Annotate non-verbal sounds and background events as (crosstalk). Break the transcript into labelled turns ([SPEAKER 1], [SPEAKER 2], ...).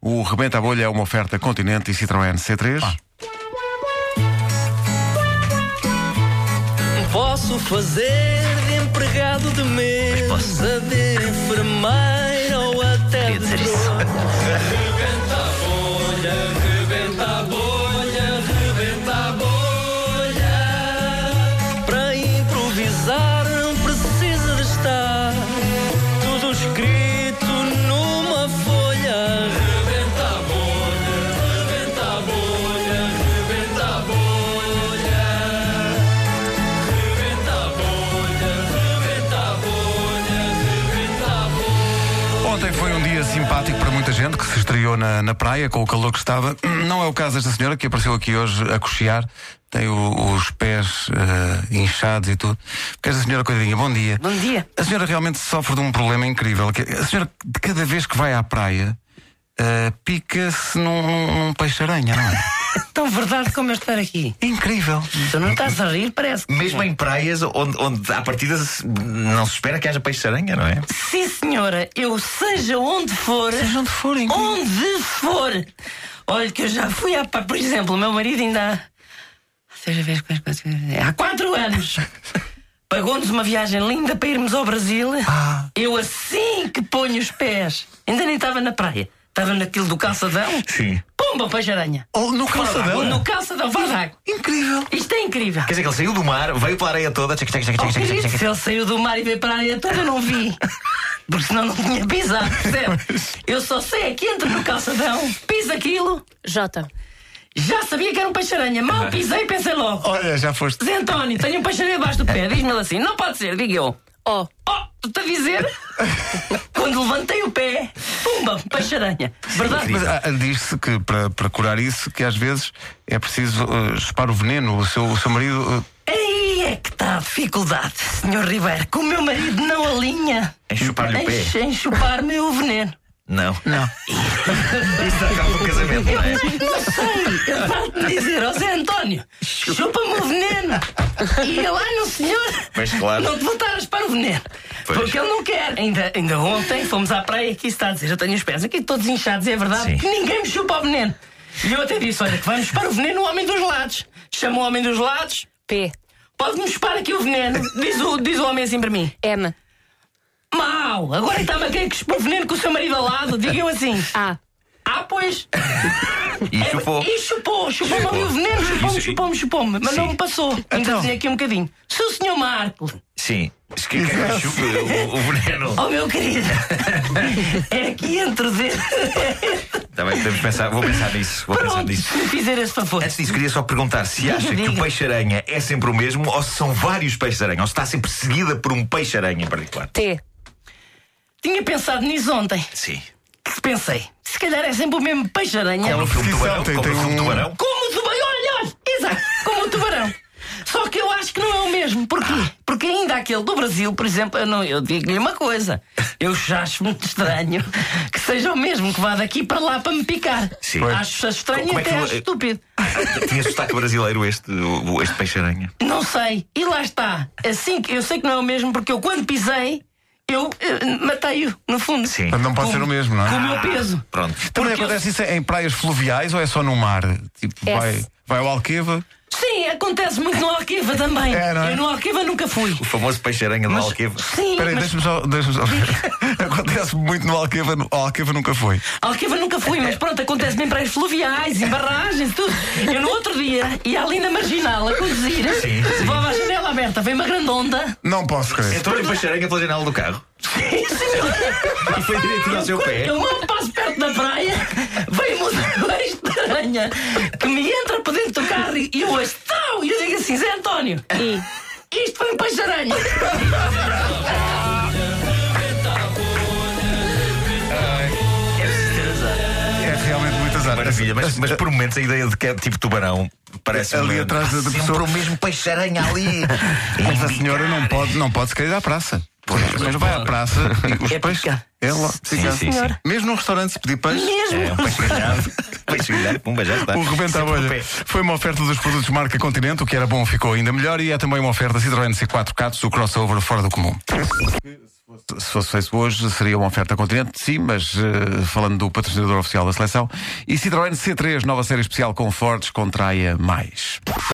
[SPEAKER 1] O Rebenta a Bolha é uma oferta Continente e Citroën C3.
[SPEAKER 2] Posso fazer de empregado de mesa, de enfermeira ou até de dizer isso. Rebenta a bolha, rebenta a bolha, rebenta a bolha. Para improvisar não precisa de estar tudo escrito numa folha. Rebenta a bolha, rebenta a bolha, rebenta a bolha. Rebenta a bolha, rebenta a bolha, rebenta a bolha.
[SPEAKER 1] Ontem foi um dia simpático para muita gente que se estreou na, na praia com o calor que estava. (clears throat) Não é o caso desta senhora que apareceu aqui hoje a cochear. Tem o- os pés eh, inchados e tudo. Porque esta senhora, coitadinha, bom dia.
[SPEAKER 3] Bom dia.
[SPEAKER 1] A senhora realmente sofre de um problema incrível. que a senhora, de cada vez que vai à praia, eh, pica-se num, num- num peixe-aranha, não é? (laughs)
[SPEAKER 3] Tão verdade como eu estar aqui.
[SPEAKER 1] É incrível.
[SPEAKER 3] Tu não estás a rir, parece. que-
[SPEAKER 4] Mesmo em praias onde, onde à partida se- não se espera que haja peixe-aranha, não é?
[SPEAKER 3] Sim, senhora, eu seja onde for.
[SPEAKER 1] Seja onde for, incrível.
[SPEAKER 3] Onde for. Olha, que eu já fui à. pa- Por exemplo, o meu marido ainda. há- Seja vez, quais- quais- quais- há quatro anos. Pagou-nos uma viagem linda para irmos ao Brasil. Eu assim que ponho os pés. Ainda nem estava na praia. Estava naquilo do calçadão.
[SPEAKER 4] Sim.
[SPEAKER 3] Pumba, peixe-aranha.
[SPEAKER 1] Ou Oh, no calçadão.
[SPEAKER 3] No calçadão, vá d'água.
[SPEAKER 1] Incrível.
[SPEAKER 3] Isto é incrível.
[SPEAKER 4] Quer dizer que ele saiu do mar, veio pela areia toda, tchac, tchac, tchac,
[SPEAKER 3] Oh,
[SPEAKER 4] tchac, tchac,
[SPEAKER 3] querido,
[SPEAKER 4] tchac,
[SPEAKER 3] se ele saiu do mar e veio para a areia toda, eu não vi. Porque senão não tinha pisado, percebe? Eu só sei é que entro no calçadão, piso aquilo,
[SPEAKER 5] Jota,
[SPEAKER 3] já sabia que era um peixe-aranha. Mal pisei, pensei logo.
[SPEAKER 1] Olha, já foste.
[SPEAKER 3] Zé António, tenho um peixe-aranha debaixo do pé. Diz-me ele assim, não pode ser, digo eu.
[SPEAKER 5] ó,
[SPEAKER 3] Oh, tu está a dizer? Quando levantei o pé, pumba, peixe-aranha. Verdade?
[SPEAKER 1] Mas ah, diz-se que para, para curar isso, que às vezes é preciso eh, chupar o veneno. O seu, o seu marido. eh,
[SPEAKER 3] Aí é que está a dificuldade, Sr. Ribeiro, que o meu marido não alinha
[SPEAKER 4] Em É chupar-lhe o pé?
[SPEAKER 3] em- em chupar-me o veneno.
[SPEAKER 4] Não. Não. (laughs) Isso acaba o casamento, não é?
[SPEAKER 3] Não sei, eu vou-te dizer, ó Zé António, chupa-me o veneno. E ele, ai meu senhor,
[SPEAKER 4] Pois, claro.
[SPEAKER 3] não te voltares para o veneno.
[SPEAKER 4] Pois.
[SPEAKER 3] Porque ele não quer. Ainda, ainda ontem fomos à praia e aqui está a dizer, eu tenho os pés aqui todos inchados, e é verdade
[SPEAKER 4] Sim.
[SPEAKER 3] que ninguém me chupa o veneno. E eu até disse, olha, que vamos para o veneno o homem dos lados. Chama o homem dos lados,
[SPEAKER 5] P,
[SPEAKER 3] pode-me chupar aqui o veneno. Diz o, diz o homem assim para mim.
[SPEAKER 5] M,
[SPEAKER 3] Mau, agora está-me a querer que chupa o veneno com o seu marido ao lado. Diga eu assim.
[SPEAKER 5] A,
[SPEAKER 3] Ah, pois.
[SPEAKER 4] E
[SPEAKER 3] É,
[SPEAKER 4] chupou.
[SPEAKER 3] E chupou, chupou-me ali o veneno, chupou-me,
[SPEAKER 4] Isso-
[SPEAKER 3] chupou-me, chupou-me. Mas
[SPEAKER 4] Sim.
[SPEAKER 3] não me passou. Ainda
[SPEAKER 1] Então.
[SPEAKER 3] tinha aqui um bocadinho. Se o senhor Marco,
[SPEAKER 4] Sim. Diz que é que chupa o, o veneno.
[SPEAKER 3] oh meu
[SPEAKER 4] (laughs)
[SPEAKER 3] querido, é aqui entre os dedos.
[SPEAKER 4] Tá bem, temos que pensar, vou pensar nisso. Vou pensar
[SPEAKER 3] Pronto,
[SPEAKER 4] nisso.
[SPEAKER 3] se me fizer esse favor.
[SPEAKER 4] Antes disso, queria só perguntar se acha que o
[SPEAKER 3] diga.
[SPEAKER 4] peixe-aranha é sempre o mesmo ou se são vários peixes-aranha, ou se está sempre seguida por um peixe-aranha em particular.
[SPEAKER 5] T,
[SPEAKER 3] Tinha pensado nisso ontem.
[SPEAKER 4] Sim.
[SPEAKER 3] Que pensei, se calhar é sempre o mesmo peixe-aranha.
[SPEAKER 4] Como no filme
[SPEAKER 1] profissão,
[SPEAKER 4] Tubarão?
[SPEAKER 1] tem-
[SPEAKER 4] Como
[SPEAKER 1] tem
[SPEAKER 4] no filme
[SPEAKER 1] um-
[SPEAKER 4] Tubarão?
[SPEAKER 3] Como o tubarão, olha, olha, exato, como o tubarão. Só que eu acho que não é o mesmo. Porquê? Porque ainda aquele do Brasil, por exemplo, eu, não- eu digo-lhe uma coisa. Eu já acho muito estranho que seja o mesmo que vá daqui para lá para me picar.
[SPEAKER 4] Sim.
[SPEAKER 3] Acho estranho e
[SPEAKER 4] Como é que
[SPEAKER 3] até
[SPEAKER 4] tu-
[SPEAKER 3] acho estúpido.
[SPEAKER 4] Tinha sotaque brasileiro este, o- o- este peixe-aranha.
[SPEAKER 3] Não sei. E lá está. Assim que eu sei que não é o mesmo, porque eu quando pisei, eu eh, matei-o, no fundo.
[SPEAKER 4] Sim.
[SPEAKER 1] Não pode ser o mesmo, não é?
[SPEAKER 3] Com o meu peso.
[SPEAKER 4] Ah, Pronto.
[SPEAKER 1] Também
[SPEAKER 3] Porque
[SPEAKER 1] acontece isso em praias fluviais ou é só no mar? Tipo,
[SPEAKER 5] É.
[SPEAKER 1] vai, vai ao Alqueva.
[SPEAKER 3] Sim, acontece muito no Alquiva também.
[SPEAKER 1] É, não é?
[SPEAKER 3] Eu no Alquiva nunca fui.
[SPEAKER 4] O famoso peixe-aranha do Alqueva.
[SPEAKER 3] Sim,
[SPEAKER 1] Espera aí,
[SPEAKER 3] mas
[SPEAKER 1] deixa-me só. Deixa-me
[SPEAKER 3] (laughs)
[SPEAKER 1] só. acontece muito no Alqueva. No Alqueva nunca foi.
[SPEAKER 3] Alqueva nunca fui, mas pronto, acontece em praias fluviais, em barragens, tudo. Eu no outro dia ia ali na marginal a conduzir,
[SPEAKER 4] Sim, sim.
[SPEAKER 3] levava a janela aberta, veio uma grande onda.
[SPEAKER 1] Não posso crer.
[SPEAKER 4] Entrou em peixe-aranha pela janela do carro.
[SPEAKER 3] Sim, senhora.
[SPEAKER 4] (laughs) E foi direitinho ao seu pé.
[SPEAKER 3] Eu mal passo perto da praia, um veio uma estranha que me entra por dentro do carro e eu hoje E eu digo assim: Zé António,
[SPEAKER 5] I,
[SPEAKER 3] isto foi um peixe-aranha.
[SPEAKER 1] É realmente muito azar.
[SPEAKER 4] Maravilha, mas, mas por momentos a ideia de que é tipo tubarão parece
[SPEAKER 1] Ali atrás da
[SPEAKER 4] sempre
[SPEAKER 1] pessoa.
[SPEAKER 4] o mesmo
[SPEAKER 1] (laughs)
[SPEAKER 4] peixe-aranha ali.
[SPEAKER 1] Esta senhora não pode, não pode se cair à praça. mas vai à praça e os
[SPEAKER 3] É
[SPEAKER 1] peixes.
[SPEAKER 3] picar.
[SPEAKER 1] É lá.
[SPEAKER 4] Sim,
[SPEAKER 1] picar.
[SPEAKER 4] sim, sim.
[SPEAKER 1] Mesmo num restaurante, se pedir peixe.
[SPEAKER 3] Mesmo.
[SPEAKER 4] É um peixe grelhado. peixe grelhado, pumba, já está.
[SPEAKER 1] O rebenta a
[SPEAKER 4] Sempre no
[SPEAKER 1] bolha.
[SPEAKER 4] pé.
[SPEAKER 1] Foi uma oferta dos produtos marca Continente, o que era bom ficou ainda melhor e é também uma oferta Citroën C4 Catos, o crossover fora do comum. Se fosse feito hoje, seria uma oferta continente, sim, mas eh, falando do patrocinador oficial da seleção. E Citroën C3, nova série especial com Ford, contraia mais.